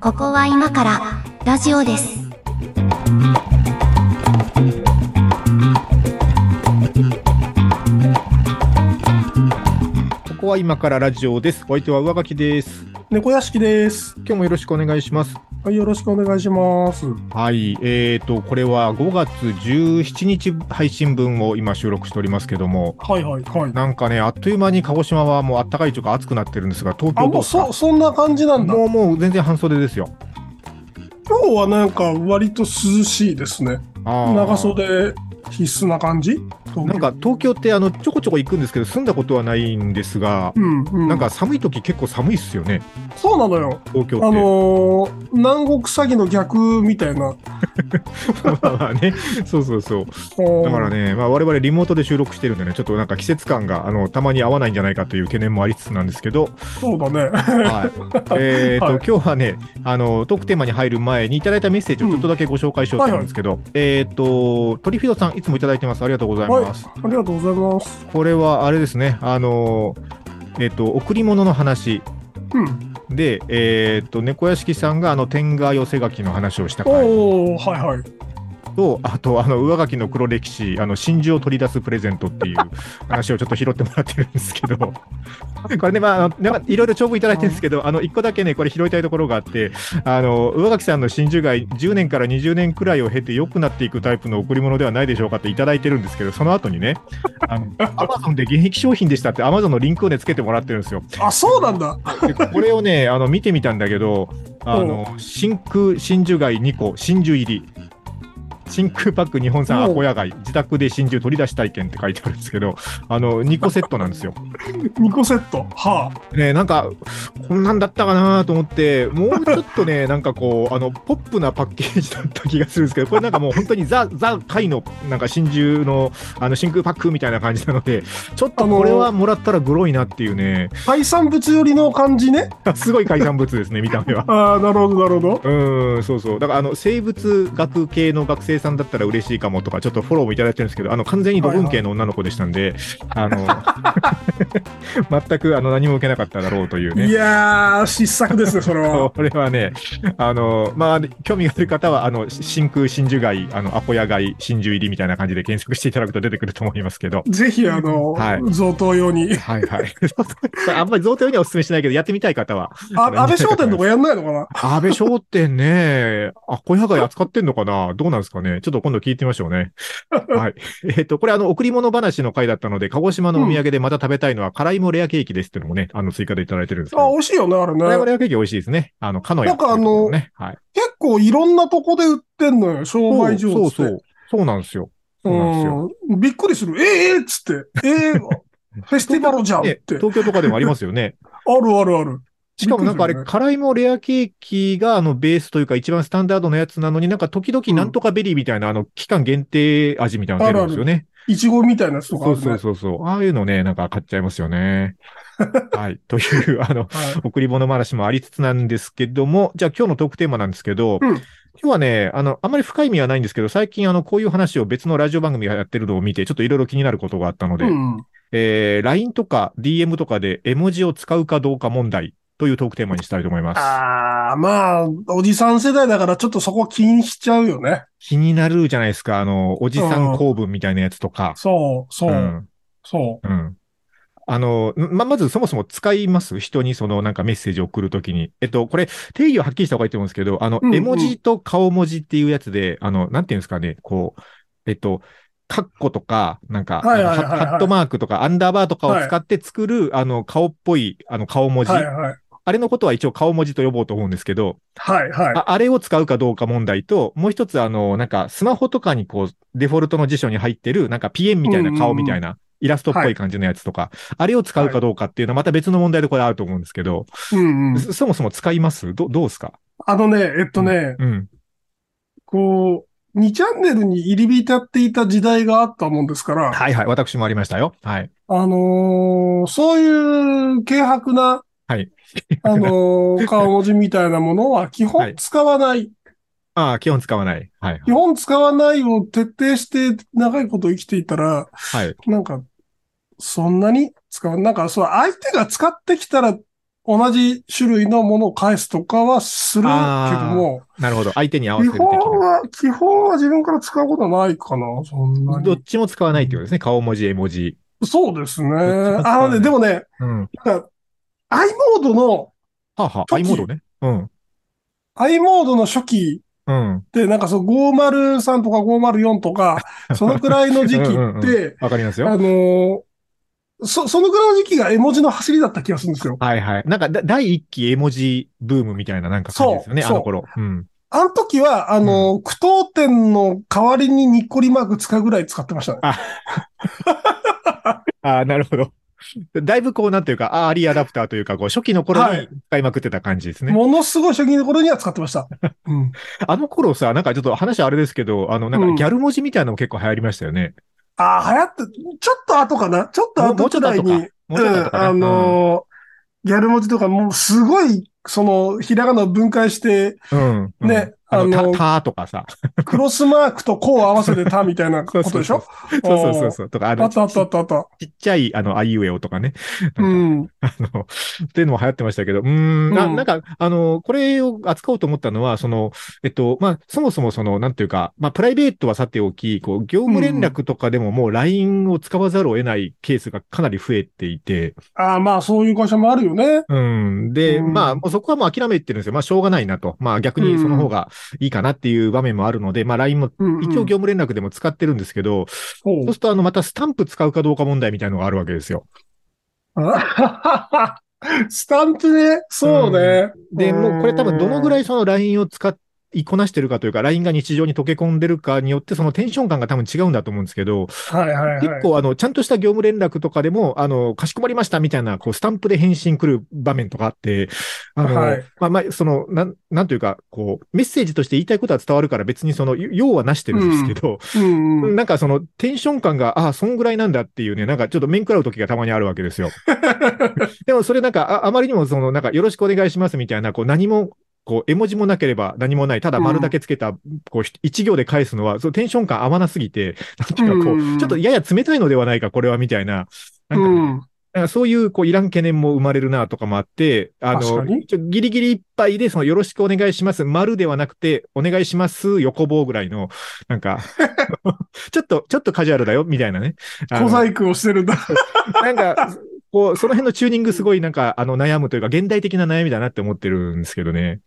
報は今からラジオです。ここは今からラジオです。お相手は上書きです。猫屋敷です。今日もよろしくお願いします。はい、よろしくお願いします。はい。えーと、これは5月17日配信分を今収録しておりますけども、はいはいはい。なんかね、あっという間に鹿児島はもう暖かいというか暑くなってるんですが、東京どあ、もううですかそ、そんな感じなんだ。もう、もう全然半袖ですよ。今日はなんか割と涼しいですね。あー長。袖必須な感じなん、か東京ってあの、ちょこちょこ行くんですけど、住んだことはないんですが東、京うん、うん。なんか寒い時結構寒いっすよね、そうなのよ。東京あって。のー、南国詐欺の逆みたいな。 まあまあね、そうそうそう。だからね。ね、まあ、我々リモートで収録してるんでね、ちょっとなんか季節感があのたまに合わないんじゃないかという懸念もありつつなんですけど、そうだね。 はい、えっと、はい今日はね、あのトークテーマに入る前にいただいたメッセージをちょっとだけご紹介しようと思うんですけど、えっと、トリフィドさん、いつもいただいてます。ありがとうございはい。ます。ありがとうございます。これはあれですね、あの、えっと、贈り物の話。うん。で、えっと、猫屋敷さんがあの天下寄せ書きの話をした回おー、はいはい。と、あと、あの、上書きの黒歴史、あの、真珠を取り出すプレゼントっていう話をちょっと拾ってもらってるんですけど、これね、まああの、なんかいろいろ長文いただいてるんですけど、あの、一個だけね、これ拾いたいところがあって、あの、上書きさんの真珠が10年から20年くらいを経て良くなっていくタイプの贈り物ではないでしょうかっていただいてるんですけど、その後にね、あの、アマゾンで現役商品でしたって、アマゾンのリンクをね、つけてもらってるんですよ。あ、そうなんだ。 でこれをね、あの、見てみたんだけど、あの、真空真珠貝2個、真珠入り。真空パック日本産アコヤ貝、自宅で真珠取り出し体験って書いてあるんですけど、あの、2個セットなんですよ。 2個セット。はね、なんか、こんなんだったかなと思って、もうちょっとね、なんかこう、あの、ポップなパッケージだった気がするんですけど、これなんかもう本当にザ、ザ貝の、なんか真珠の、あの、真空パックみたいな感じなので、ちょっとこれはもらったらグロいなっていうね、あ。海産物寄りの感じね。すごい海産物ですね、見た目は。あー、なるほどなるほど。うーん、そうそう。だから、あの、生物学系の学生さんだったら嬉しいかもとか、ちょっとフォローもいただいてるんですけど、あの、完全に土文系の女の子でしたんで、あの、全く、あの、何も受けなかっただろうといういね。やー、失策ですね、それ は。これはね、あの、まあ、興味がある方は、あの、真空真珠貝、あの、アポヤ貝、真珠入りみたいな感じで検索していただくと出てくると思いますけど。ぜひ、あの、はい贈答 用に。はいはい。あんまり贈呈にはお勧めしないけど、やってみたい方は。あ、れ安倍商店とかやんないのかな安倍商店ね、あ、小屋街扱ってんのかなどうなんですかねちょっと今度聞いてみましょう ね。はい。えっと、これあの、贈り物話の回だったので、鹿児島のお土産でまた食べたいのは、辛いもレアケーキですっていうのもね、あの、追加でいただいてるんですけあ、ど。美味しいよね、あれ辛いもね。レアケーキ美味しいですね。あの、かのや。なんかあのね、はい。結構いろんなとこで売ってんのよ、商売上そう手そうそっうて。。そうなんですよ。そうなんですよ。うんびっくりする。ええっつっ て。ええフェスティバルじゃんっね、て。東京とかでもありますよ ね。あるあるある。しかもなんかあれ、びっくり辛いもレアケーキがあのベースというか一番スタンダードのやつなのになんか時々なんとかベリーみたいなあの期間限定味みたいなの出るんですよね。いちごみたいなやつとかあそうるね。そうそうそう。ああいうのね、なんか買っちゃいますよ ね。はい。という、 あの、はい贈り物話もありつつなんですけども、じゃあ今日のトークテーマなんですけど、うん今日はね、あの、あまり深い意味はないんですけど、最近あの、こういう話を別のラジオ番組がやってるのを見て、ちょっといろいろ気になることがあったので、うん。えー、LINE とか DM とかで絵文字を使うかどうか問題というトークテーマにしたいと思います。ああ、まあ、おじさん世代だからちょっとそこ気にしちゃうよね。気になるじゃないですか、あの、おじさん公文みたいなやつとか。そう、そう、うんそうん。あの、ま、まずそもそも使います人にそのなんかメッセージを送るときに。えっと、これ定義をはっきりした方がいいと思うんですけど、あのう、ん絵文字と顔文字っていうやつで、あの、なんていうんですかね、こう、えっと、カッコとか、なんか、はいはいはいあのハはいハットマークとか、アンダーバーとかを使って作る、あの、顔っぽい、あの、顔文う。字、はいはい。あれのことは一応顔文字と呼ぼうと思うんですけど、はいはい。ああれを使うかどうか問題と、もう一つ、あの、なんか、スマホとかにこう、デフォルトの辞書に入ってる、なんか、ピエンみたいな顔みたいな、イラストっぽい感じのやつとか、あれを使うかどうかっていうのは、また別の問題でこれあると思うんですけど、うんうん。そそもそも使いますどどうですかあのね、えっとね、うん。こう、2チャンネルに入り浸っていた時代があったもんですから、はいはい。私もありましたよ。はい。あのーそういう軽薄な、はいあのー顔文字みたいなものは基 は本い使わない。ああ、基本使わない。はい。基本使わないを徹底して長いこと生きていたら、はい。なんか、そんなに使わなんか、そう、相手が使ってきたら同じ種類のものを返すとかはするけども、なるほど。相手に合わ基せる的本な。は、基本は自分から使うことないかな、そんなどにっ。ちも使わないってことですね。顔文字、絵文字。そうですね。どっちも使わあないのね、でもね、うん。はなんか i モードの、あ、はあ、初 i 期モードね。うん。 i モードの初期うん。って、なんかそう503とか504 とか、そのくらいの時期って、うんうんうんわかりますよ。あのーそ、そのくらいの時期が絵文字の走りだった気がするんですよ。はいはい。なんか、だ第一期絵文字ブームみたいななんか感じですよね、そあうそうの頃。うん。あの時は、あのー句読点の代わりにニッコリマーク使うぐらい使ってましたね。ああ、なるほど。 だいぶこう、なんていうか、アーリーアダプターというか、こう、初期の頃はにい使いまくってた感じですね。ものすごい初期の頃には使ってました。うん。あの頃さ、なんかちょっと話あれですけど、あの、なんかうんギャル文字みたいなのも結構流行りましたよね。ああ、流行って、ちょっと後かなちょっともうも後うちょくっとらい後にか。。もうちょっと後かなあのーギャル文字とかもうすごい、その、ひらがなを分 解して、うん。うんねああの、のた、たーとかさ。クロスマークとこう合わせてたみたいなことでしょそうそうそうそう。とか、ああの、っちたあったあったあった。ちっちゃい、あの、あいうえおとかね。うなんかん。あの、っていうのも流行ってましたけど、うーん、なうんなんか、あの、これを扱おうと思ったのは、その、えっと、まあ、そもそもその、なんていうか、まあ、プライベートはさておき、こう、業務連絡とかでももう LINE を使わざるを得ないケースがかなり増えていて、ああ、まあそういう会社もあるよね。うん、で、うんまあ、もうそこはもう諦めてるんですよ。まあ、しょうがないなと。まあ、逆にその方がいいかなっていう場面もあるので、まあ、LINE も、うん、うん。一応業務連絡でも使ってるんですけど、ほそうう すると、あの、またスタンプ使うかどうか問題みたいなのがあるわけですよ。あスタンプね。そうね。で、もうこれ多分どのぐらい、いその LINE を使いこなしてるかというか、LINE が日常に溶け込んでるかによって、そのテンション感が多分違うんだと思うんですけど、はいはいはい、結構あの、ちゃんとした業務連絡とかでも、あの、かしこまりましたみたいな、こう、スタンプで返信来る場面とかあって、あの、はいまあまあ、その、なん、なんというか、こう、メッセージとして言いたいことは伝わるから別にその、よ用はなしてるんですけど、うんうん、なんかその、テンション感が、ああ、そんぐらいなんだっていうね、なんかちょっと面食らう時がたまにあるわけですよ。でもそれなんか、ああまりにもその、なんか、よろしくお願いしますみたいな、こう、何も、こう、絵文字もなければ何もない、ただ丸だけつけた、こう、ひ一行で返すのは、そのテンション感合わなすぎて、なんていうか、こうんう、ちょっとやや冷たいのではないか、これは、みたいな。なんかね うん。なんかそういう、こう、いらん懸念も生まれるな、とかもあって、あ確かの、に一応ギリギリいっぱいで、その、よろしくお願いします、丸ではなくて、お願いします、横棒ぐらいの、なん か、ちょっと、ちょっとカジュアルだよ、みたいなね。あの小細工をしてるんだ。なんか、こう、その辺のチューニングすごいなんか、あの、悩むというか、現代的な悩みだなって思ってるんですけどね。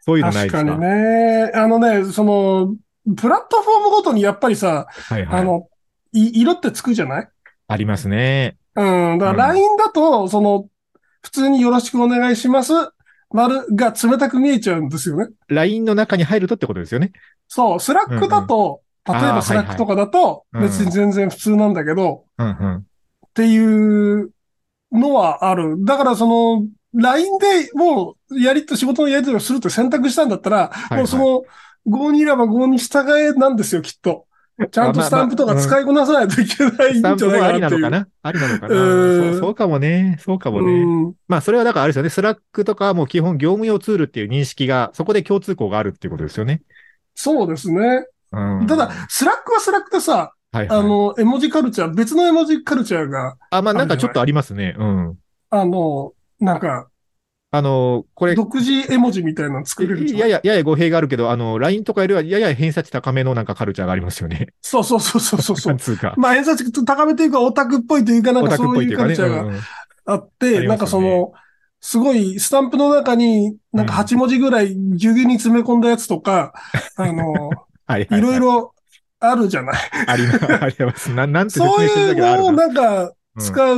そういうのない確ですかかにね。あのね、その、プラットフォームごとにやっぱりさ、はいはい。ああの、い色ってつくじゃないりますね。うん。だからうん LINE だと、その、普通によろしくお願いします。丸が冷たく見えちゃうんですよね。 LINE の中に入るとってことですよね。そう、スラックだと、うん例えあーばスラックとかだと、はいはい別に全然普通なんだけど、うんうん。っていうのはある。だからその、LINE でもう、やりと、仕事のやりとりをするって選択したんだったら、いはいもうその、合にいれば合に従えなんですよ、きっと。ちゃんとスタンプとか使いこなさないといけないスタんンじプゃもあないりなかなっのていかう。なありなのかなうんそうそうかもね。そうかもね。うんまあ、それはだからあれですよね。スラックとかはもう基本業務用ツールっていう認識が、そこで共通項があるっていうことですよね。そうですね。うん。ただ、、スラックはスラックでさ、はいはい、ああの、の、絵文字カルチャー、別の絵文字カルチャーが、あ、まあなんかちょっとありますね。うん。あの、なんか、あの、これ、独自絵文字みたいなの作れるじゃんやや、やや語弊があるけど、あの、LINE とかよりは、やや偏差値高めのなんかカルチャーがありますよね。そうそうそうそうそう そな。うんつうか。まあ、偏差値高めというか、オタクっぽいというか、なんオかタクそっうぽいいといううかカね。ルチャーがうんうんああって、りますよねなんかその、すごいスタンプの中に、なんかうん8文字ぐらいぎゅうぎゅうに詰め込んだやつと か、あの、はいはいいろろ。いろあるじゃない。あります。あります。なん、なんて 説そう明してるいんだうけどあのをるな。なんか使う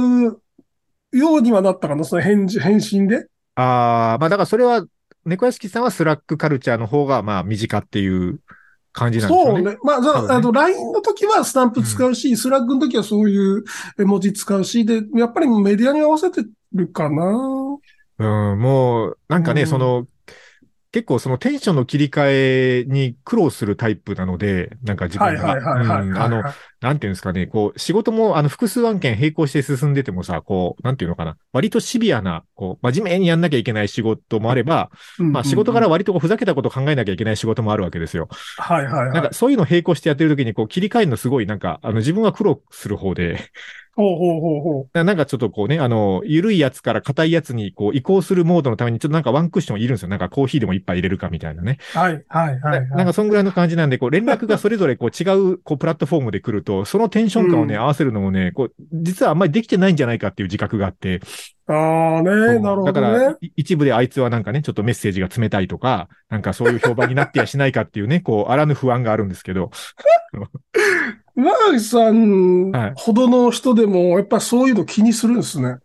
ようにはなったかな、その返事、返信で。ああ、まあだからそれは、猫屋敷さんはスラックカルチャーの方が、まあ身近っていう感じなんでしょそううね。ね。まあ、そうそねあと LINE の時はスタンプ使うし、スラックの時はそういう絵文字使うし、で、やっぱりメディアに合わせてるかな。うん、もう、なんかね、うんその、結構そのテンションの切り替えに苦労するタイプなので、なんか自は分いはいはいが。はいうんはいあの、はい。なんていうんですかね、こう、仕事も、あの、複数案件並行して進んでてもさ、こう、なんていうのかな、割とシビアな、こう、真面目にやんなきゃいけない仕事もあれば、うんまあ、仕事から、割とこうふざけたことを考えなきゃいけない仕事もあるわけですよ。はいはいはい。なんか、そういうの並行してやってるときに、こう、切り替えるのすごい、なんか、あの、自分は苦労する方で、 ほうほうほうほう。ななんかちょっとこうね、あの、緩いやつから硬いやつにこう移行するモードのために、ちょっとなんかワンクッションいるんですよ。なんかコーヒーでも一杯入れるかみたいなね。はい、はい、はいはい。なんかそんぐらいの感じなんで、こう連絡がそれぞれこう違うこうプラットフォームで来ると、そのテンション感をね、うん合わせるのもね、こう、実はあんまりできてないんじゃないかっていう自覚があって。ああね、そうなるほどだね。から、い一部であいつはなんかね、ちょっとメッセージが冷たいとか、なんかそういう評判になってやしないかっていうね、こう、あらぬ不安があるんですけど。馬垣さんはいほどの人でも、やっぱりそういうの気にするんですね。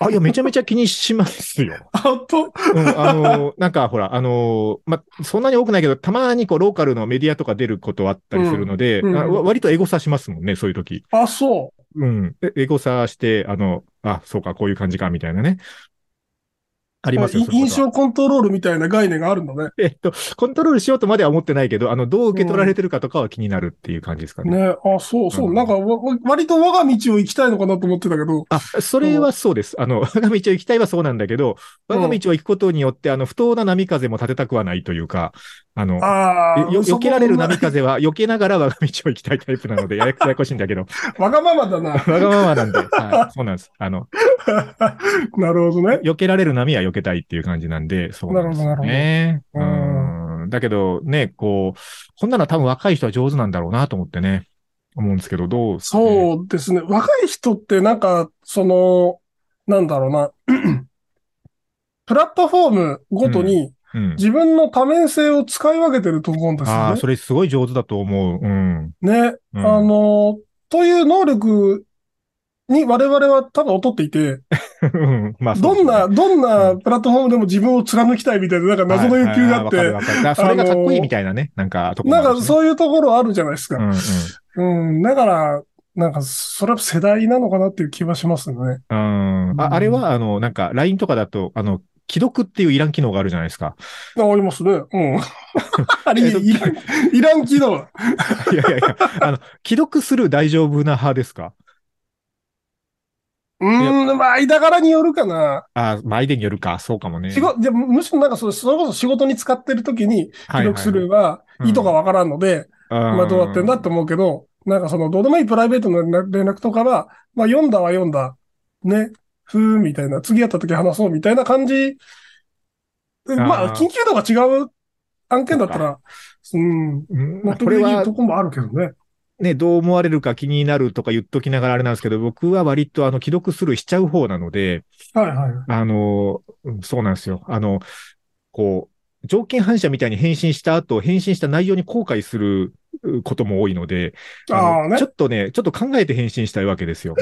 あ、いや、めちゃめちゃ気にします よ。あと、うん、あのーなんかほら、あのーま、そんなに多くないけど、たまにこう、ローカルのメディアとか出ることあったりするので、うんうんあわ割とエゴサしますもんね、そういう時。あ、そうん。えエゴサして、あの、あ、そうか、こういう感じか、みたいなね。あう。りますよ、いそういう印ことは象コントロールみたいな概念があるんだね。えっと、コントロールしようとまでは思ってないけど、あの、どう受け取られてるかとかは気になるっていう感じですかね。ね、あ、そうそうう。んなんかわ、わ割と我が道を行きたいのかなと思ってたけど。あ、それはそうです。あの、 我が道を行きたいはそうなんだけど、う我んが道を行くことによって、あの、不当な波風も立てたくはないというか、あの、ああ、よよそ避こけられる波風は避けながら 我が道を行きたいタイプなので、ややややこしいんだけど、わがままだな。 わがままなんで、はい、そうなんです。あの、なるほどね。避けられる波は避けたいっていう感じなんで、そうなんですよね。なるほどなるほうん。だけどね、こう、こんなの多分若い人は上手なんだろうなと思ってね、思うんですけど、どうですかね、そうですね。若い人ってなんか、その、なんだろうな。 プラットフォームごとにうん。自分の多面性を使い分けてると思うんですあよあ、それすごい上手だと思う。うん。ね。ね。うんあの、という能力に我々は多分劣っていて、うんまあ、そうですどんねな、どんうなんプラットフォームでも自分を貫きたいみたいな、なんか謎の欲求があっはいはいて、はいわかるわかるあそれがかっこいいみたいなね、なんかとこもあなんるかしね、そういうところあるじゃないですか。うんうんうん。だから、なんか、それは世代なのかなっていう気はしますね。うんああれは、あの、なんか、LINE とかだと、あの、既読っていういらん機能があるじゃないですか。 あ、ありますね。うん。あれ、えっといらん、いらん機能。いやいやいや、あの、既読する大丈夫な派ですかうーん、まあ、間柄によるかな。あ、まあ、相手によるか、そうかもね。仕事、でむむしろなんかそれ、それこそ仕事に使ってる時にはい記はい録するはうん意図がわからんので、うんまあどうなってんだって思うけど、なんかその、どうでもいいプライベートの連絡とかは、まあ読んだは読んだ。ね。ふーみたいな。次やった時話そうみたいな感じ。うんまあ、あー緊急度が違う案件だったら、うん。うんまあ納こ得れできるはとこもあるけどね。ね、どう思われるか気になるとか言っときながらあれなんですけど、僕は割とあの、既読するしちゃう方なので、はいはい。あの、うんそうなんですよ。あの、こう、条件反射みたいに返信した後、返信した内容に後悔するうことも多いので、あのあね ちょ。っとね、ちょっと考えて返信したいわけですよ。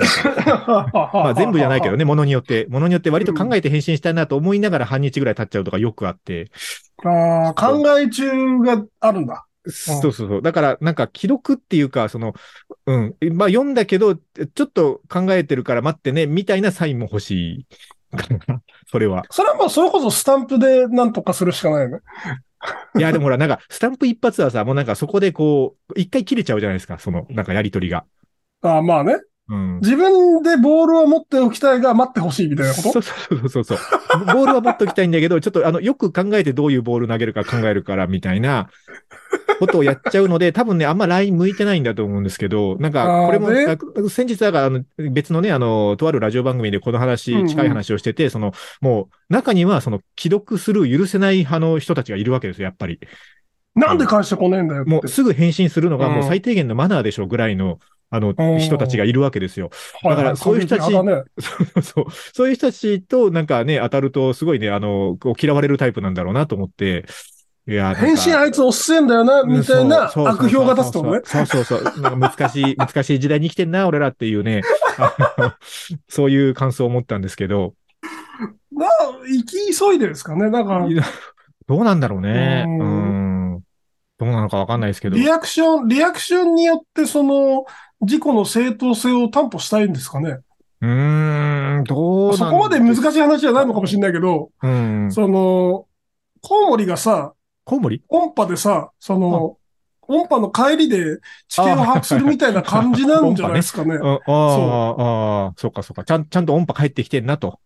ままあ全部じゃないけどね。 ね、ものによって、ものによって割と考えて返信したいなと思いながら半日ぐらい経っちゃうとかよくあって。ああ、考え中があるんだ。そうそうそう。だからなんか記録っていうか、その、うん、まあ読んだけど、ちょっと考えてるから待ってね、みたいなサインも欲しい かな。それは。それはもうそれこそスタンプでなんとかするしかないよね。いや、でもほら、なんか、スタンプ一発はさ、もうなんかそこでこう、一回切れちゃうじゃないですか、その、なんかやりとりが。ああ、まあね。うん。自分でボールを持っておきたいが待ってほしいみたいなこそうそうそうそう。ボールは持っときたいんだけど、ちょっとあの、よく考えてどういうボール投げるか考えるから、みたいなことをやっちゃうので、多分ね、あんま LINE 向いてないんだと思うんですけど、なんあーか、これも、ねなんか先日、だから、あの、別のね、あの、とあるラジオ番組でこのうんう話、ん近い話をしてて、その、もう、中には、その、既読する、許せない派の人たちがいるわけですよ、やっぱり。となんで返してこねえんだよって。もうすぐ返信するのがうんもう最低限のマナーでしょうぐらいの、あのうん、人たちがいるわけですよ。はだいからそういう人たち攻撃型ね そう。そういう人たちとなんかね、当たるとすごいね、あの、こう嫌われるタイプなんだろうなと思って。いや、なんか返信あいつおっせえんだよな、みたいな悪評が立つとね。。そうそうそうそうそうそうそう。なんか難し い、難しい時代に生きてんな、俺らっていうね。あの そういう感想を持ったんですけど。まあ、行き急いでですかね。だから、どうなんだろうね。ううんん。どうなのかわかんないですけど。リアクション、リアクションによってその、事故の正当性を担保したいんですかね。うーん、どうなんそこまで難しい話じゃないのかもしれないけど、うん。その、コウモリがさ、コウモリ音波でさ、その、音波の帰りで地形を把握するみたいな感じなんじゃないですかね。ああ、ああ、そっかそっか。ちゃん、ちゃんと音波返ってきてんなと。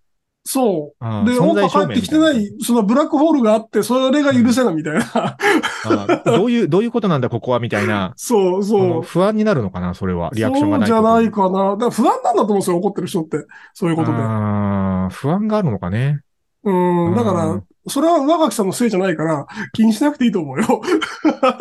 そうう。んで、存本在当証帰明ってきてなみい、そのブラックホールがあって、それが許せないみたいな。たいなあどういう、 どういうことなんだ、ここは、みたいな。 そうあそのう。不安になるのかな、それは。リアクションがないそこうとじに。ゃないかな。だから不安なんだと思うんですよ、怒ってる人って。そういうことで。あー不安があるのかね。うん。だかうらん、それは上垣さんのせいじゃないから、気にしなくていいと思うよ。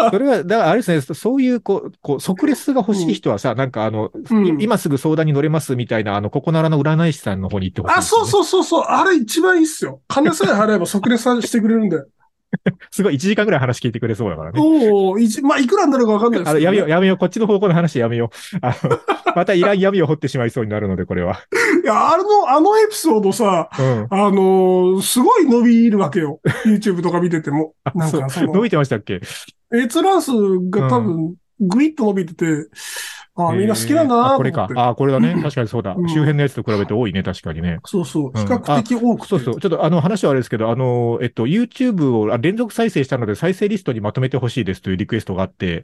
それは、だからあれですね、そそういう、こう、こう、即レスが欲しい人はさ、なんかあの、うん い今すぐ相談に乗れますみたいな、あの、ここならの占い師さんの方に行ってほしい、あ、そうう。そうそうそう。あれ一番いいっすよ。金さえ払えば即レスしてく れるんで。すごい、1時間ぐらい話聞いてくれそうだからね。おお、一、まあ、いくらになるかわかんないですあの、けやどねめよう、やめよう。こっちの方向の話やめよう。あの、またいらん闇を掘ってしまいそうになるので、これは。いや、あの、あのエピソードさ、うん。あのーすごい伸びるわけよ。YouTube とか見て ても。なんか、そ伸の、びてましたっけ閲覧数が多分、ぐいっと伸びてて、あーみんな好きなんだえーあなとこ思れっかて。。あー、これだね。確かにそうだう。ん周辺のやつと比べて多いね、確かにね。そうそう。う比ん較的多くて。そうそう。ちょっとあの話はあれですけど、あの、えっと、YouTube をあ連続再生したので再生リストにまとめてほしいですというリクエストがあって、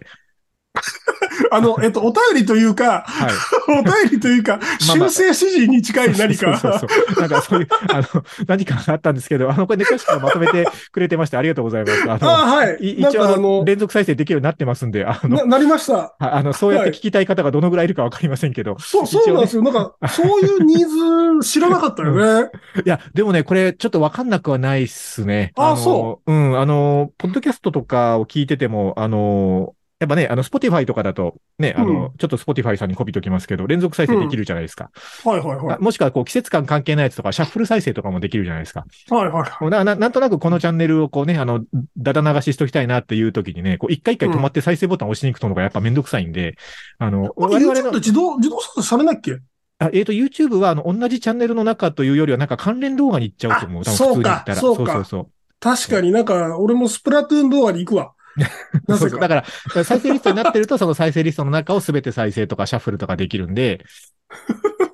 あの、え っと、お便りというか、はい。お便りというか、あまあ修正指示に近い何か。そうそうそうそう。なんか そういう、あの、何かがあったんですけど、あの、これネクシカがまとめてくれてまして、ありがとうございます。ああの、あ、はい。いなん一応かああの、の、連続再生できるようになってますんで、あの、な、なりました。ああの、そうやって聞きたい方がどのぐらいいるかわかりませんけど。そう、一応そねうなんですよ。なんか、 そういうニーズ知らなかったよね。いや、でもね、これちょっとわかんなくはないっすね。あの。そううん、あの、ポッドキャストとかを聞いてても、あの、やっぱね、あの、スポティファイとかだと、ね、あの、ちょっとスポティファイさんにこびときますけど、連続再生できるじゃないですか。はいはいはあもしくは、こう、季節感関係ないやつとか、シャッフル再生とかもできるじゃないですか。い。はいはい。なななんとなくこのチャンネルをこうね、あの、だだ流ししときたいなっていう時にね、こう、一回一回止まって再生ボタンを押しに行くのがやっぱめんどくさいんで、あの、こ我れ々 YouTube っの、て自動、自動操作されなっけあえっ、と、YouTube は、あの、同じチャンネルの中というよりは、なんか関連動画に行っちゃうと思う。多あ分普通に行ったら。そうかそうかそうそう確かになんか、俺もスプラトゥーン動画に行く わ。そうなそうぜそう。かだ。から、再生リストになってると、その再生リストの中を全て再生とかシャッフルとかできるん で、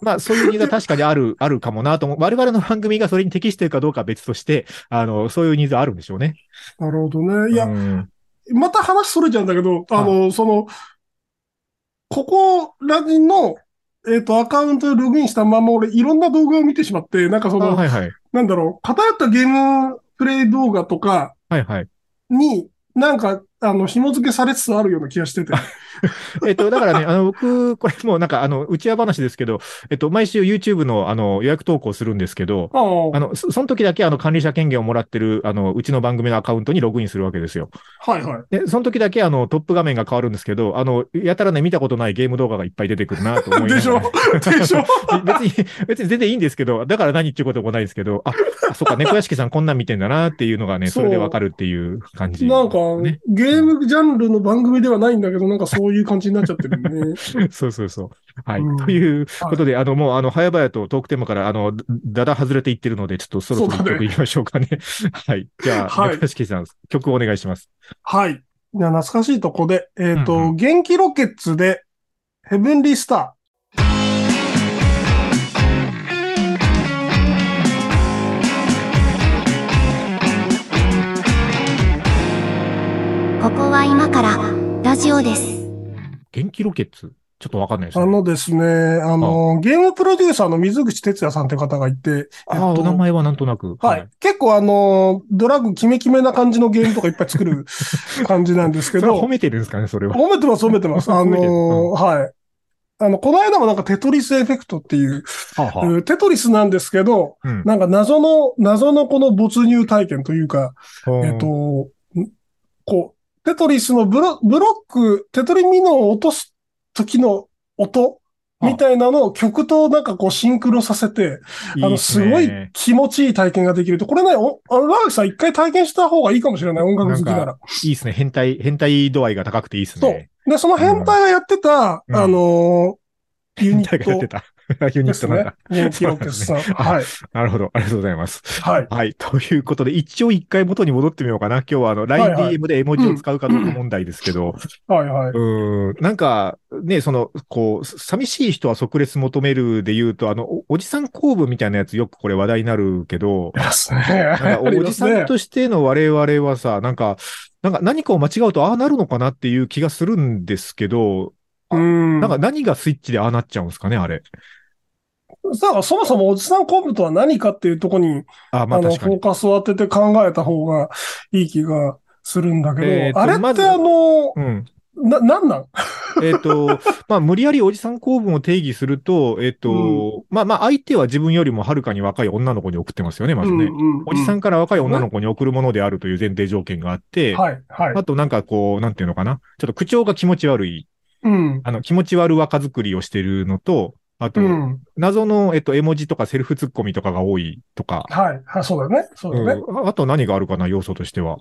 まあ、そういうニーズは確かにある、あるかもなと思う。我々の番組がそれに適しているかどうかは別として、あの、そういうニーズはあるんでしょうね。なるほどね。いや、うんまた話それちゃうんだけど、あの、その、ここらにの、えっ、と、アカウントでログインしたまま俺、いろんな動画を見てしまって、なんかあその、はいはい。なんだろう、偏ったゲームプレイ動画とかはいはい。に、なんか、あの、紐付けされつつあるような気 がしてて。えっと、だからね、あの、僕、これもうなんか、あの、内輪話ですけど、えっと、毎週 YouTube の、あの、予約投稿するんですけど、ああ、あの、そその時だけ、あの、管理者権限をもらってる、あの、うちの番組のアカウントにログインするわけですよ。はいはい。で、その時だけ、あの、トップ画面が変わるんですけど、あの、やたらね、見たことないゲーム動画がいっぱい出てくるなと思いながら でしょでしょ 別に、別に全然いいんですけど、だから何っていうこともないですけど、あ、あそっか、猫屋敷さんこんなん見てんだなっていうのがね、それでわかるっていう感じ、なんか、ねゲームジャンルの番組ではないんだけど、なんかそういう感じになっちゃってるね。 そうそうそう。はい。うんということで、あの、もう、あの、早々とトークテーマから、あの、だだだ外れていってるので、ちょっとそろそろそうだ一ね曲いきましょうかね。 はい。じゃあ、はい中田式さん、曲をお願いします。はい。じゃあ懐かしいとこで、えっ、と、うんう元気ロケッツで、ヘブンリースタここは今からラジオです。元気ロケッツちょっとわかんないですー。あね。のですね、あの、ゲームプロデューサーの水口哲也さんって方がいて、えっああ、おと名前はなんとなく。はい。。結構あの、ドラッグキメキメな感じのゲームとかいっぱい作 る感じなんですそけれは褒ど、めてるんですかね、それは。褒めてます、褒めてます。あ褒めてるうの、はい。あの、この間もなんかテトリスエフェクトっていう、はあはテトリスなんですけど、あうんなんか謎の、謎のこの没入体験というか、えっ、と、んこう、テトリスのブロブロック、テトリミノを落とす時の音あみたいなのを曲となんかこうシンクロさせて、あの、すごい気持ちいい体験ができると。これね、お、あの、ラさん一回体験した方がいいかもしれない、音楽好きななら。いいですね。変態、変態度合いが高くていいですね。で、その変態がやってた、うんあのーユ変ニ態ッがやってトた。ユニでットすなんねだ。。元気ロケスさ ん。そうなんですねはい。なるほど。ありがとうございます。はい。はい。ということで、一応一回元に戻ってみようかな。今日はあの、はいはい LINEDM で絵文字を使うかどうか問題ですけど、は いはい。うーん、なんか、ね、その、こう、寂しい人は即列求めるで言うと、あの、おおじさん公文みたいなやつよくこれ話題になるけど、ですね。なんかおじさんとしての我々はさ、なんか、なんか何かを間違うとああなるのかなっていう気がするんですけど、うん。なんか何がスイッチでああなっちゃうんですかね、あれ。さあ、そもそもおじさん昆布とは何かっていうとこに、あ、まああの、確かフォに。ーカスを当てて考えた方がいい気がするんだけど、えーとあれまってずあの、うん。な、なんなんえっ、と、 まあ、無理やりおじさん構文を定義すると、えっ、と、まあまあ、相手は自分よりもはるかに若い女の子に送ってますよね、まずね。うんうんおじさんから若い女の子に送るものであるという前提条件があって、はい、はい。あとなんかこう、なんていうのかな。ちょっと口調が気持ち悪い。うん。あの、気持ち悪若作りをしてるのと、あと、うん。謎の、えっと、絵文字とかセルフツッコミとかが多いとか。はい。はい、そうだよね。そうだよね。うんああと何があるかな、要素としては。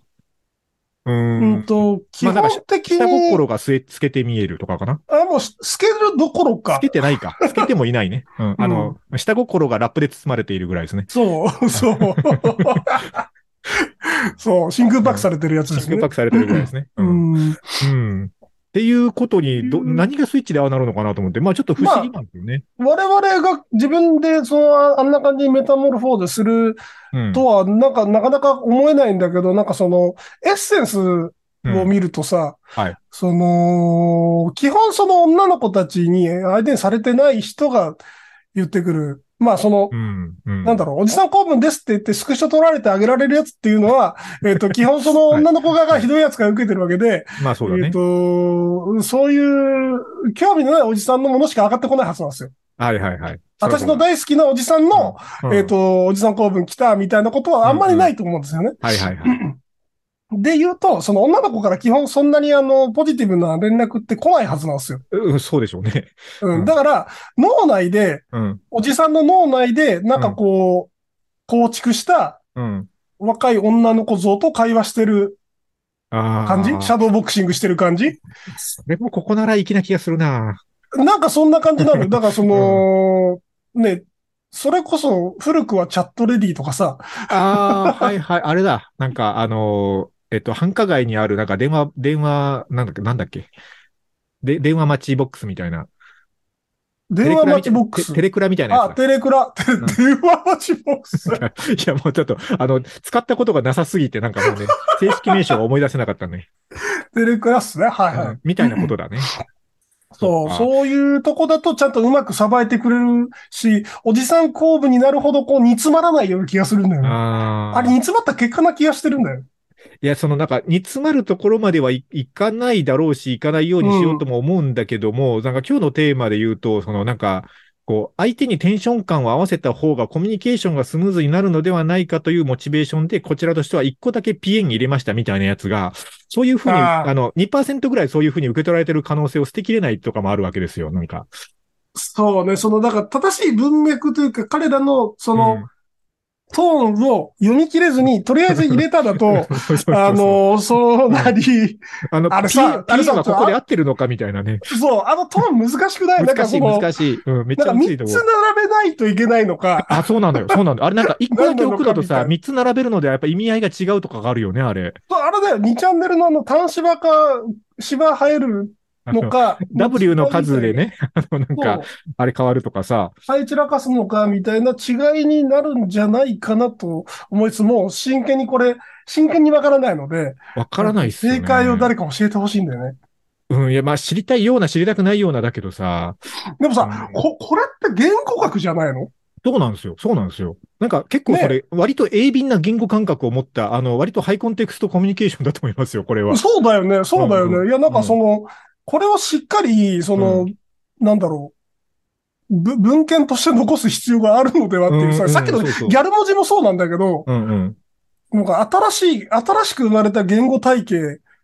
ううーんん。と、基まあなんか本的に、下心がすえ透けて見えるとかかな。あ、もうし、透けるどころ透かけ。てない か。透けてもいないね。うん。あの、下心がラップで包まれているぐらいですね。 そう、そう。そう、真空パックされてるやつです緊ね。迫されてるぐらいですね。う。ん。うん。っていうことにど、うん何がスイッチでああなるのかなと思って、まあちょっと不思議なんですよね。我々が自分で、その、ああんな感じにメタモルフォーゼするうん。とは、なんか、なかなか思えないんだけど、なんかその、エッセンスをうん見るとさ、はいその、基本その女の子たちに相手にされてない人が言ってくる。まあ、その、うん。うんなんだろう、おじさん公文ですって言ってスクショ取られてあげられるやつっていうのは、えっと、基本その女の子側がひどいやつが受けてるわけで、まあそうだえっね。と、そういう興味のないおじさんのものしか上がってこないはずなんですよ。はいはいはい。私の大好きなおじさんの、えっ、うん、と、おじさん公文来たみたいなことはあんまりないと思うんですよね。はいはいはい。 で言うと、その女の子から基本そんなにあの、ポジティブな連絡って来ないはずなんですよ。うん、そうでしょうね。う。うんんだから、脳内で、うん。おじさんの脳内で、なんかこう、構築したうん。若い女の子像と会話してるああ。感じシャドーボクシングしてる感じそれもここなら粋な気がするな。なんかそんな感じ なのよ。だからその、ね、それこそ古くはチャットレディとかさ、ああ、はいはい。あれ だ。なんか、あのーえっと、繁華街にある、なんか電話、電話、なんだっけ、なんだっけ。で、電話待ちボックスみたいな。電話待ちボックステ。レクラみたいなやあ、つだ。テレクラ、テん 電話待ちボックス。いや、もうちょっと、あの、使ったことがなさすぎて、なんかもう ね、正式名称が思い出せなかったね。テレクラっすね。はいはういん。みたいなことだね。そう、かそういうとこだとちゃんとうまくさばいてくれるし、おじさん後部になるほどこう煮詰まらないような気がするんだよね。ああ。あれ煮詰まった結果な気がしてるんだよ。いや、そのなんか、煮詰まるところまではい、いかないだろうし、いかないようにしようとも思うんだけども、なんか今日のテーマで言うと、そのなんか、こう、相手にテンション感を合わせた方がコミュニケーションがスムーズになるのではないかというモチベーションで、こちらとしては1個だけピエンに入れましたみたいなやつが、そういうふうに、ああーの、2%ぐらいそういうふうに受け取られてる可能性を捨てきれないとかもあるわけですよ、なんか。そうね、その、だから正しい文脈というか、彼らの、そうの、んトーンを読み切れずに、とりあえず入れただと、 そうそうそうあの、そうなり、あの、あれさ P- あれ P さはここで合ってるのかみたいなね。そう、あのトーン難しくないなん難かしそい、の、難しい。うん、めっちなんゃかむずい3とつ思う。並べないといけないのか、あ、そうな のよ。そうなのよ。あれなんか、一個だけ置くのとさ、何なのかみ三つ並べるのではやっぱ意味合いが違うとかがあるよね、あれ。そうあれだよ、2チャンネルのあの、単芝か、芝生えるあののか、 W の数でね、 あの、なんそかう、、あれ変わるとかさ、さえ散らかすのかみたいな違いになるんじゃないかなと思いつつ、もう真剣にこれ、真剣にわからないので、わからないっすよね。正解を誰か教えてほしいんだよね。うん、いや、まあ、知りたいような、知りたくないようなだけどさ、でもさ、うんこ、これって言語学じゃないのそうなんですよ。そうなんですよ。なんか、結構それ、割と鋭敏な言語感覚を持った、あの、割とハイコンテクストコミュニケーションだと思いますよ、これは。そうだよね、そうだよね。うんうんいや、なんかその、これをしっかり、その、うなんだろう。ぶ文献として残す必要があるのではっていうさ、うんうんさっきのそうギそうャル文字もそうなんだけど、うんうん。なんか新しい、新しく生まれた言語体系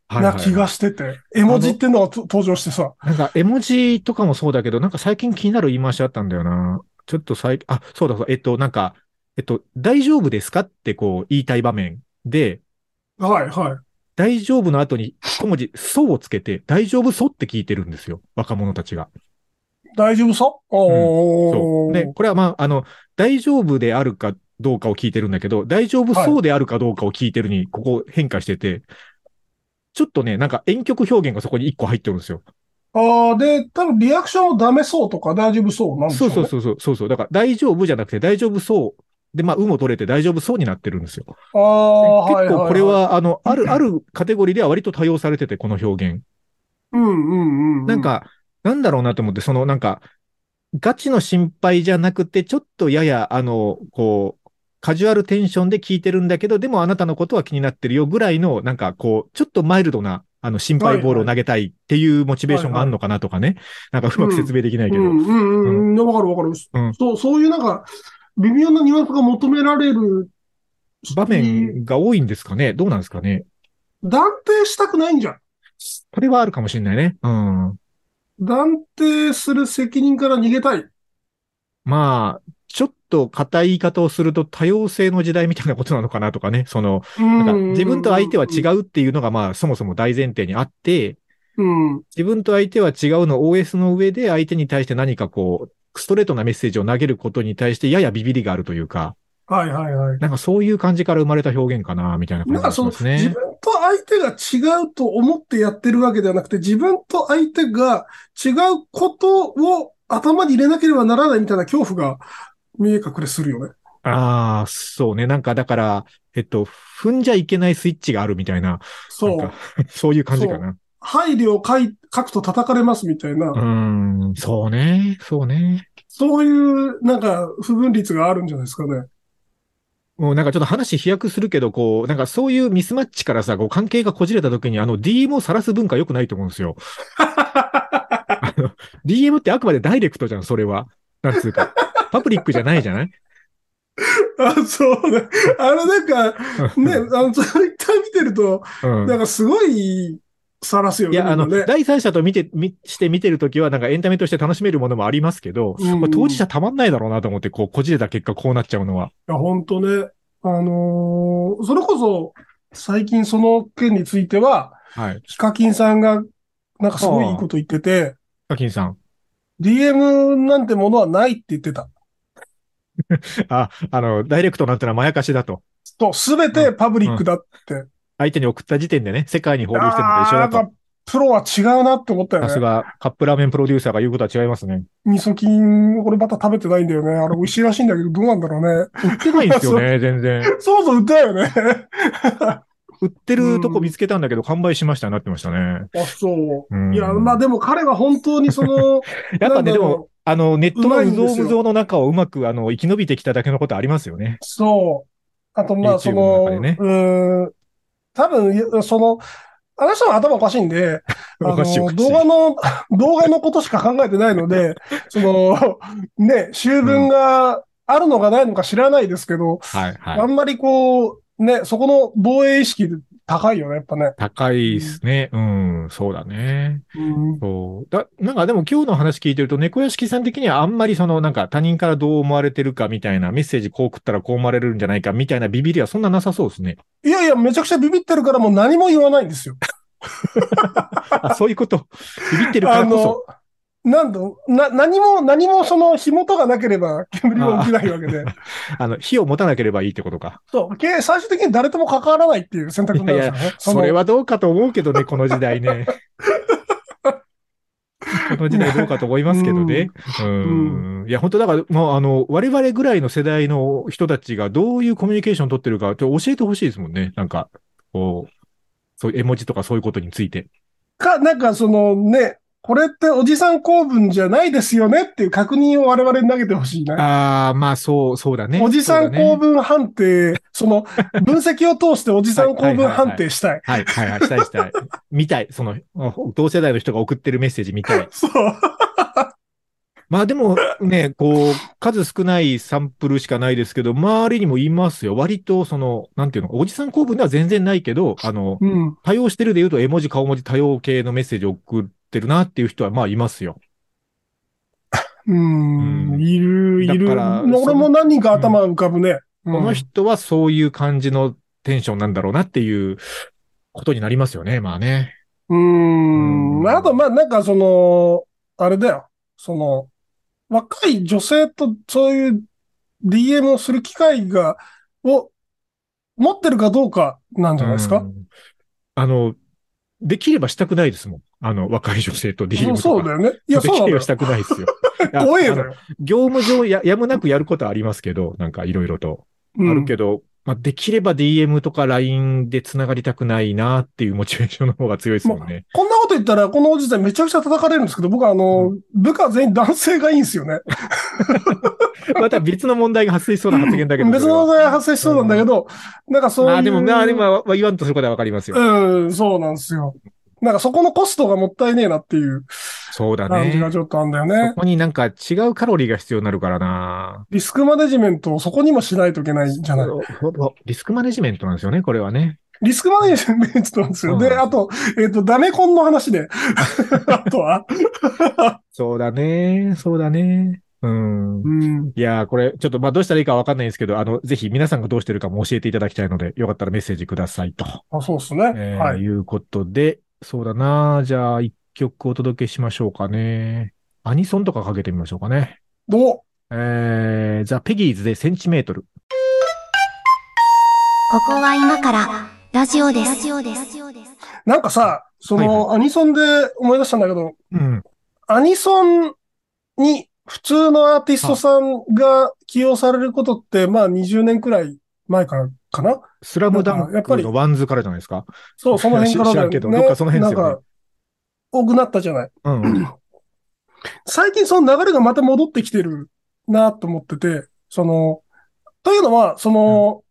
はいはいな気がしてて、絵文字ってのがと登場してさ、なんか、絵文字とかもそうだけど、なんか最近気になる言い回しあったんだよな。ちょっと最近、あ、そうだそうだ、えっと、なんか、えっと、大丈夫ですかってこう言いたい場面で、はいはい。大丈夫の後に小文字、そうをつけて、大丈夫そうって聞いてるんですよ。若者たちが。大丈夫さそおう。ー。で、これはまあ、あの、大丈夫であるかどうかを聞いてるんだけど、大丈夫そうであるかどうかを聞いてるに、ここ変化してて、ちょっとね、なんか婉曲表現がそこに一個入ってるんですよ。ああ、で、多分リアクションもダメそうとか大丈夫そうなんでしょそううねそうそうそうそうそう。だから大丈夫じゃなくて大丈夫そう。で、まあ、運も取れて大丈夫そうになってるんですよ。ああ、はい結構これいい、は、あの、ある、あるカテゴリーでは割と多用されてて、この表現。うんうんうんうん。なん、か、なんだろうなと思って、そのなんか、ガチの心配じゃなくて、ちょっとやや、あの、こう、カジュアルテンションで聞いてるんだけど、でもあなたのことは気になってるよぐらいの、なんかこう、ちょっとマイルドな、あの、心配ボールを投げたいっていうモチベーションがあるのかなとかね。なんかうまく説明できないけうど。ん、うん、うんうん。わかるわかる、うんそう、そういうなんか、微妙なニュアンスが求められる。場面が多いんですかねどうなんですかね断定したくないんじゃん。それはあるかもしれないね。うん。断定する責任から逃げたい。まあ、ちょっと硬い言い方をすると多様性の時代みたいなことなのかなとかね。その、なんか自分と相手は違う。うっていうのがまあそもそも大前提にあって、うん。自分と相手は違うの OS の上で相手に対して何かこう、ストレートなメッセージを投げることに対してややビビりがあるというか、はいはいはい。なんかそういう感じから生まれた表現かな、みたいな感なじんがかしその、ますね。自分と相手が違うと思ってやってるわけではなくて、自分と相手が違うことを頭に入れなければならないみたいな恐怖が見え隠れするよね。ああ、そうね。なんかだから、えっと、踏んじゃいけないスイッチがあるみたいな、 そなんうか。そういう感じかな。配慮を書い書くと叩かれますみたいなう、ーん、そうね、そうね。そういうなんか不分率があるんじゃないですかね。もうなんかちょっと話飛躍するけど、こう、なんかそういうミスマッチからさ、こう関係がこじれた時に、あの DM を晒す文化良くないと思うん ですよ。あの DM ってあくまでダイレクトじゃん、それは。なんつう か。パブリックじゃないじゃないあ、そうね。あのなんか、ね、あの、ツイッター見てると、うんなんかすごい、さらすよいね。や、あの、みんなね第三者と見て、み、して見てるときは、なんかエンタメとして楽しめるものもありますけど、うんまあ当事者たまんないだろうなと思って、こう、こじれた結果こうなっちゃうのは。いや、本当ね。あのーそれこそ、最近その件については、はい。ヒカキンさんが、なんかすごいいいこと言ってて、ヒカキンさん。 DM なんてものはないって言ってた。あ、あの、ダイレクトなんてのはまやかしだと。と、すべてパブリックだって。相手に送った時点でね、世界に放流してるのとあ一ー緒やだっと。ぱ、プロは違うなって思ったよさすね。が、カップラーメンプロデューサーが言うことは違いますね。味噌菌、俺また食べてないんだよね。あれ美味しいらしいんだけど、どうなんだろうね。売ってないんですよね、全然。そもそも売ったよね。 売ってるとこ見つけたんだけど、完売しました、なってましたね。あ、そうう。んいや、まあでも彼は本当にその、 やっぱなんだね、でも、ろう。あの、ネットのうまい無んですよ造無造の中をうまく、あの、生き延びてきただけのことありますよね。そう。あと、まあ、そ YouTube の中の、でねうーん、多分、いその、あの人は頭おかしいんで、あおかしいおの、かしい動画の、 動画のことしか考えてないので、その、ね、修文があるのかないのか知らないですけど、はい、はいあ。んまりこう、ね、そこの防衛意識高いよね、やっぱね。高いですね。うん、そうだね。うん、そう。だ、なんかでも今日の話聞いてると、猫屋敷さん的にはあんまりその、なんか他人からどう思われてるかみたいな、メッセージこう送ったらこう思われるんじゃないかみたいなビビりはそんななさそうですね。いやいや、めちゃくちゃビビってるからもう何も言わないんですよ。 あ、そういうこと。ビビってるかあらこの、なんだ、な、何も、何もその、火元がなければ煙は起きないわけ で。そ、あの、火を持たなければいいってことか。そう、け最終的に誰とも関わらないっていう選択になるんですよね。そのれはどうかと思うけどね、この時代 ね。この時代どうかと思いますけどね。うん。いや、本当だから、もう、あの、我々ぐらいの世代の人たちがどういうコミュニケーション取ってるか、ちょっと教えてほしいですもんね。なんか、こう、そういう絵文字とかそういうことについて。か、なんかそのね、これっておじさん公文じゃないですよねっていう確認を我々に投げてほしいな。ああ、まあ、そう、そうだねおじさそんうだね公文判定、その、分析を通しておじさん公文判定したい。はい、はい、はい、したいしたい。見たい。その、同世代の人が送ってるメッセージ見たい。そう。まあでもね、こう、数少ないサンプルしかないですけど、周りにもいますよ。割と、その、なんていうの、おじさん公文では全然ないけど、あの、うん。多用してるで言うと、絵文字、顔文字、多様系のメッセージを送ってるなっていう人は、まあいますよ。うん。いる、いるだから。俺も何人か頭浮かぶね。ここの人はそういう感じのテンションなんだろうなっていうことになりますよね、まあね。うーうんん。あと、まあ、なんかその、あれだよ。その、若い女性とそういう DM をする機会が、を、持ってるかどうかなんじゃないですうかんあの、できればしたくないですもん。あの、若い女性と DM とそうか。そうだよね。いや、でそうきれなのばよし。たくないで すよ。いや怖えあのだよ。業務上ややむなくやることはありますけど、なんかいろいろと。うんあるけど、まあ、できれば DM とか LINE で繋がりたくないなっていうモチベーションの方が強いですもんね。こんなこと言ったら、このおじさんめちゃくちゃ叩かれるんですけど、僕はあの、部下全員男性がいいんですよね。また別の問題が発生しそうな発言だけど。別の問題が発生しそうなんだけど、なんかそそうれいはう。まあでも、まあでも、まあ言わんとすることはわかりますよ。うん、そうなんですよ。なんかそこのコストがもったいねえなっていうそうだ感じがね。ちょっとあんだよそね。こになんか違うカロリーが必要になるからな。リスクマネジメントをそこにもしないといけないんじゃないそうそうリスクマネジメントなんですよね、これはね。リスクマネジメントなんですよ。そうで、なあんでと、えっ、と、ダメコンの話 で。あとは、そうだね。そうだね。うん。うん、いやー、これ、ちょっと、まあ、どうしたらいいかわかんないんですけど、あの、ぜひ皆さんがどうしてるかも教えていただきたいので、よかったらメッセージください と。あそうですね、えー、はいい。うことで、そうだな。じゃあ、一曲お届けしましょうかね。アニソンとかかけてみましょうかね。どうえー、ザ・ペギーズでセンチメートル。ここは今からラジオです。ラジオです。なんかさ、そはいの、アニソンで思い出したんだけど、うん。アニソンに普通のアーティストさんが起用されることって、まあ20年くらい前からかなスラムダンやっぱクりのワンズからじゃないですか。そう、その辺から知だらよんね。けど、どっかその辺ですよなんねか。、多くなったじゃない。うんうん。最近その流れがまた戻ってきてるなと思ってて、その、というのは、その、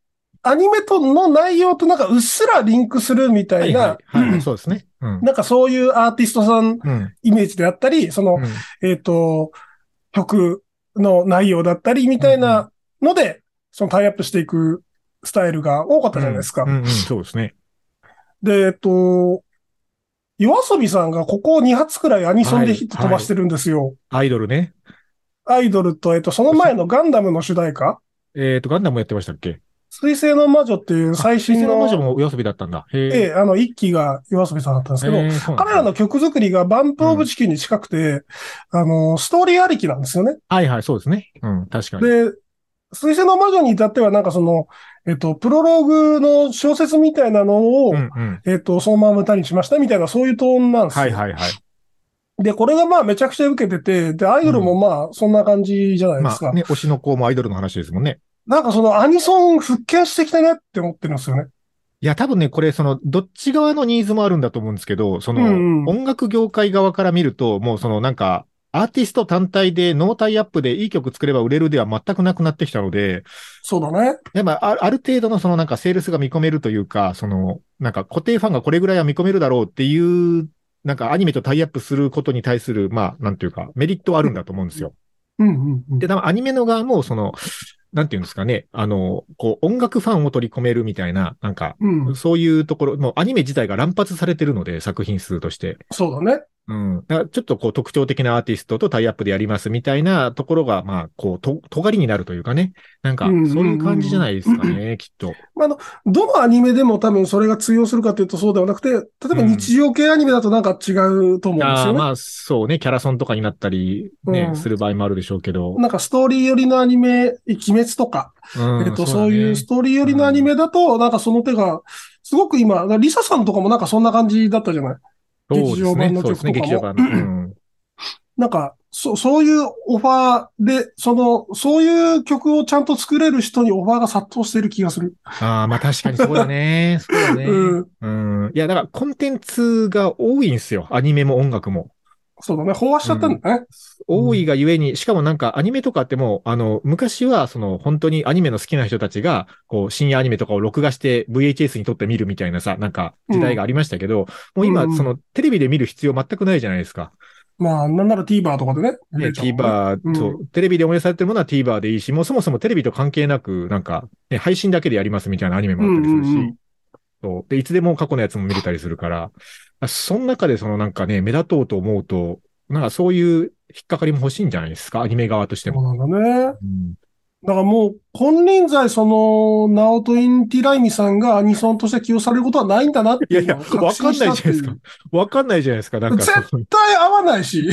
アニメとの内容となんかうっすらリンクするみたはいいなは、い、はい、そうですね。うん。なんかそういうアーティストさんうん。イメージであったり、その、うんえっ、と、曲の内容だったりみたいなので、そのタイアップしていくスタイルが多かったじゃないですか。うんうんうんそうですね。で、えっ、と、夜遊びさんがここ2発くらいアニソンでヒット飛ばしてるんですよ。アイドルね。アイドルと、えっ、と、その前のガンダムの主題歌、えっ、と、ガンダムもやってましたっけ水星の魔女っていう最水新星のの、魔女もお遊びだったんだ。へええあの、一期が夜遊びさんだったんですけど、えーそうなんだ彼らの曲作りがバンプオブチキンに近くて、あの、ストーリーありきなんですよね。はいはい、そうですね。うん、確かに。で、水星の魔女に至ってはなんかその、えっと、プロローグの小説みたいなのを、うんうん。えっと、そのまま歌にしましたみたいな、そういうトーンなんですよ。はいはいはい。で、これがまあめちゃくちゃ受けてて、で、アイドルもまあそんな感じじゃないでますか。あね、推しの子もアイドルの話ですもんね。なんかそのアニソン復権してきたなって思ってるんですよね。いや、多分ね、これ、その、どっち側のニーズもあるんだと思うんですけど、その、うんうん音楽業界側から見ると、もうその、なんか、アーティスト単体で、ノータイアップでいい曲作れば売れるでは全くなくなってきたので、そうだね。やっぱあある程度のそのなんかセールスが見込めるというか、そのなんか固定ファンがこれぐらいは見込めるだろうっていう、なんかアニメとタイアップすることに対する、まあなんていうか、メリットはあるんだと思うんですよ。うんうんうん。で、多分アニメの側も、その、なんていうんですかね、あの、こう音楽ファンを取り込めるみたいな、なんか、うん、そういうところ、もうアニメ自体が乱発されてるので、作品数として。そうだね。うん。だからちょっとこう特徴的なアーティストとタイアップでやりますみたいなところが、まあ、こう、と、尖りになるというかね。なんか、うそうんうんうんいう感じじゃないですかね、きっと。どのアニメでも多分それが通用するかというとそうではなくて、例えば日常系アニメだとなんか違うと思うんですよね。ああーまあ、そうね。キャラソンとかになったり、ね、うんする場合もあるでしょうけど。なんかストーリー寄りのアニメ、鬼滅とか、うんえっと、だそうねいうストーリー寄りのアニメだと、なんかその手が、すごく今、リサさんとかもなんかそんな感じだったじゃないそうですね劇場版の曲とかもそうですね、劇場版の。うんなんか、そ、そういうオファーで、その、そういう曲をちゃんと作れる人にオファーが殺到してる気がする。ああ、まあ確かにそうだね。そうだね。うん。うん。いや、だからコンテンツが多いんですよ。アニメも音楽も。そうだね。飽和しちゃったんだね。多いがゆえに、しかもなんかアニメとかってもう、あの、昔はその本当にアニメの好きな人たちが、こう、深夜アニメとかを録画して VHS に撮って見るみたいなさ、なんか時代がありましたけど、もう今、うんうんそのテレビで見る必要全くないじゃないですか。まあ、なんなら TVer とかでね。ね、見れちゃうもんね TVer と、テレビで応援されてるものは TVer でいいし、もうそもそもテレビと関係なく、なんか、ね、配信だけでやりますみたいなアニメもあったりするし、うんうんうんそうで、いつでも過去のやつも見れたりするから、あその中でそのなんかね、目立とうと思うと、なんかそういう引っかかりも欲しいんじゃないですか、アニメ側としてそも。うなんだね。うんだからもう、金輪際、その、ナオト・インティライミさんがアニソンとして起用されることはないんだなっていいやういや、のをわ確か信んないしじゃないでたっていうすか。わかんないじゃないですか、なんか絶その。対合わないし。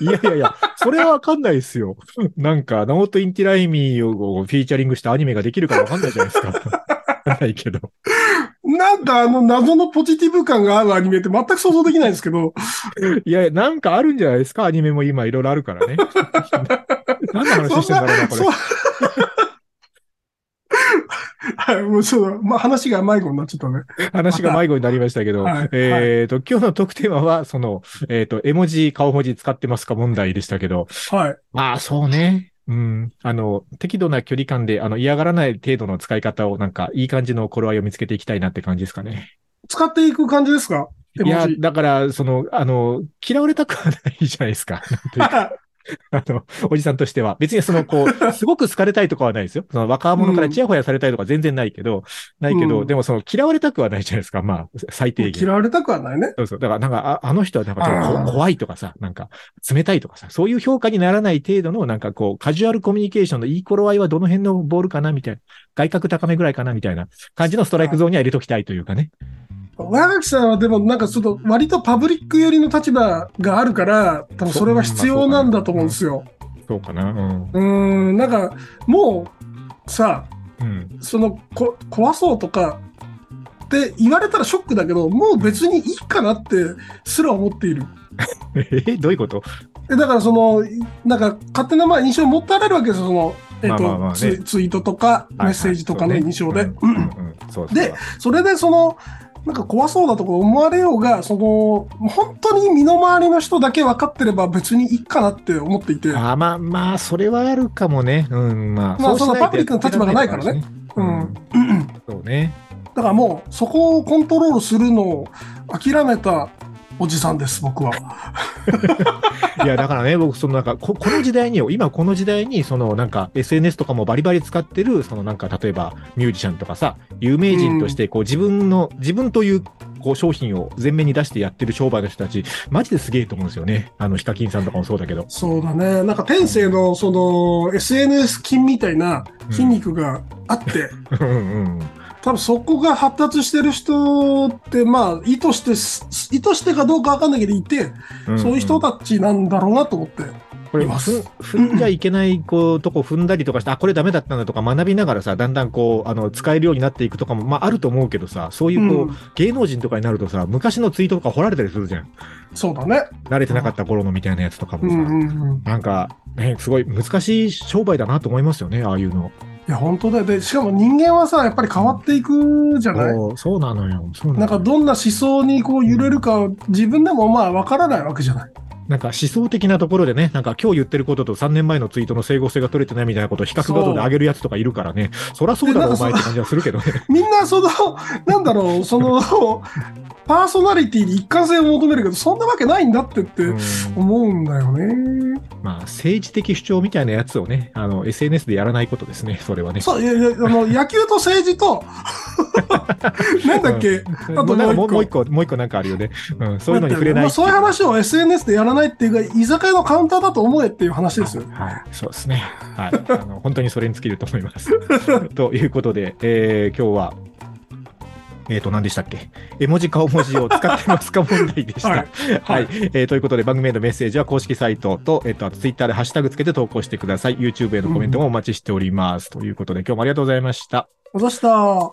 いやいやいや、それはわかんないですよ。なんか、ナオト・インティライミーをフィーチャリングしたアニメができるかわかんないじゃないですか。わかんないけど。なんかあの謎のポジティブ感があるアニメって全く想像できないんですけど、いや、なんかあるんじゃないですかアニメも今いろいろあるからね。何の話してんだろうな、これそん。はい、もうそうまあ、話が迷子になっちゃったね。話が迷子になりましたけど、はいえっ、と、今日の特テーマは、その、えっ、と、絵文字、顔文字使ってますか問題でしたけど、はい。まあ、そうね。うん。あの、適度な距離感で、あの、嫌がらない程度の使い方を、なんか、いい感じの頃合いを見つけていきたいなって感じですかね。使っていく感じですか絵いや文、字。だから、その、あの、嫌われたくはないじゃないですか。なんていうか あの、おじさんとしては。別にその、こう、すごく好かれたいとかはないですよ。その若者からチヤホヤされたいとか全然ないけど、ないけど、うんでもその嫌われたくはないじゃないですか。まあ、最低限。嫌われたくはないね。そうそう。だからなんか、ああの人はなんかちょっとあこー怖いとかさ、なんか冷たいとかさ、そういう評価にならない程度のなんかこう、カジュアルコミュニケーションのいい頃合いはどの辺のボールかなみたいな。外角高めぐらいかなみたいな感じのストライクゾーンには入れときたいというかね。上垣さんはでもなんかちょっと割とパブリック寄りの立場があるから、多分それは必要なんだと思うんですよ。そうかな。うん。うーん、なんかもうさ、うん。そのこ怖そうとかって言われたらショックだけど、もう別にいいかなってすら思っている。えーどういうことえだからその、なんか勝手なまあ印象を持ってられるわけですよ、その、えっ、と、まあまあまあねツイツイートとかメッセージとかのはいはい印象で。そうねうんうんうんそうそうでそれでそのなんか怖そうだとか思われようがその本当に身の回りの人だけ分かってれば別にいいかなって思っていて、あーまあまあ、それはあるかもね。うん、まあ。まあうしいとそのパブリックの立場がないからねううんん。そうね。だからもうそこをコントロールするのを諦めたおじさんです僕は。いや、だからね、僕、そのなんか、ここの時代によ、今この時代に、そのなんか、SNS とかもバリバリ使ってる、そのなんか、例えば、ミュージシャンとかさ、有名人として、こう、自分の、自分という、こう、商品を前面に出してやってる商売の人たち、マジですげえと思うんですよね。あの、ヒカキンさんとかもそうだけど。 そうだねなんか天性のその SNS 筋みたいな筋肉があって、 うんうんうん。多分そこが発達してる人ってまあ意図してす意図してかどうか分かんないけどいて、んんそういう人たちなんだろうなと思って。これいますふん踏んじゃいけないこうとこ踏んだりとかして、あ、これダメだったんだとか学びながらさ、だんだんこう、あの、使えるようになっていくとかも、まああると思うけどさ、そういうこう、うん芸能人とかになるとさ、昔のツイートとか掘られたりするじゃん。そうだね。慣れてなかった頃のみたいなやつとかうもさ、んうんうん。なんか、ね、すごい難しい商売だなと思いますよね、ああいうの。いや、本当だよ。で、しかも人間はさ、やっぱり変わっていくじゃないそうそうなのよ。そうなのなんかどんな思想にこう揺れるか、自分でもまあわからないわけじゃない。 なんか思想的なところでね、なんか今日言ってることと3年前のツイートの整合性が取れてないみたいなことを比較画像で上げるやつとかいるからね、そらそうだろ、おでな前んっかて感じはするけどね。みんなその、 なんだろう、その、パーソナリティに一貫性を求めるけど、そんなわけないんだってってうん思うんだよね。まあ、政治的主張みたいなやつをね、あの、SNS でやらないことですね、それはね。そう、いやいや、あの、野球と政治と、 なんだっけ、ああともとうももうう一一個、もう一個なんかあるよね。うん、そういうのに触れない。まあそういう話を SNS でやらないっていうか、居酒屋のカウンターだと思えっていう話ですよ。はい、そうですね。はい。あの、本当にそれに尽きると思います。ということで、えー今日は、えっ、と、何でしたっけ絵文字、顔文字を使ってますか問題でした。ははいい、えーということで、番組へのメッセージは公式サイトと、えっ、と、ツイッターでハッシュタグつけて投稿してください。YouTube へのコメントもお待ちしております。ということで、今日もありがとうございました。どうした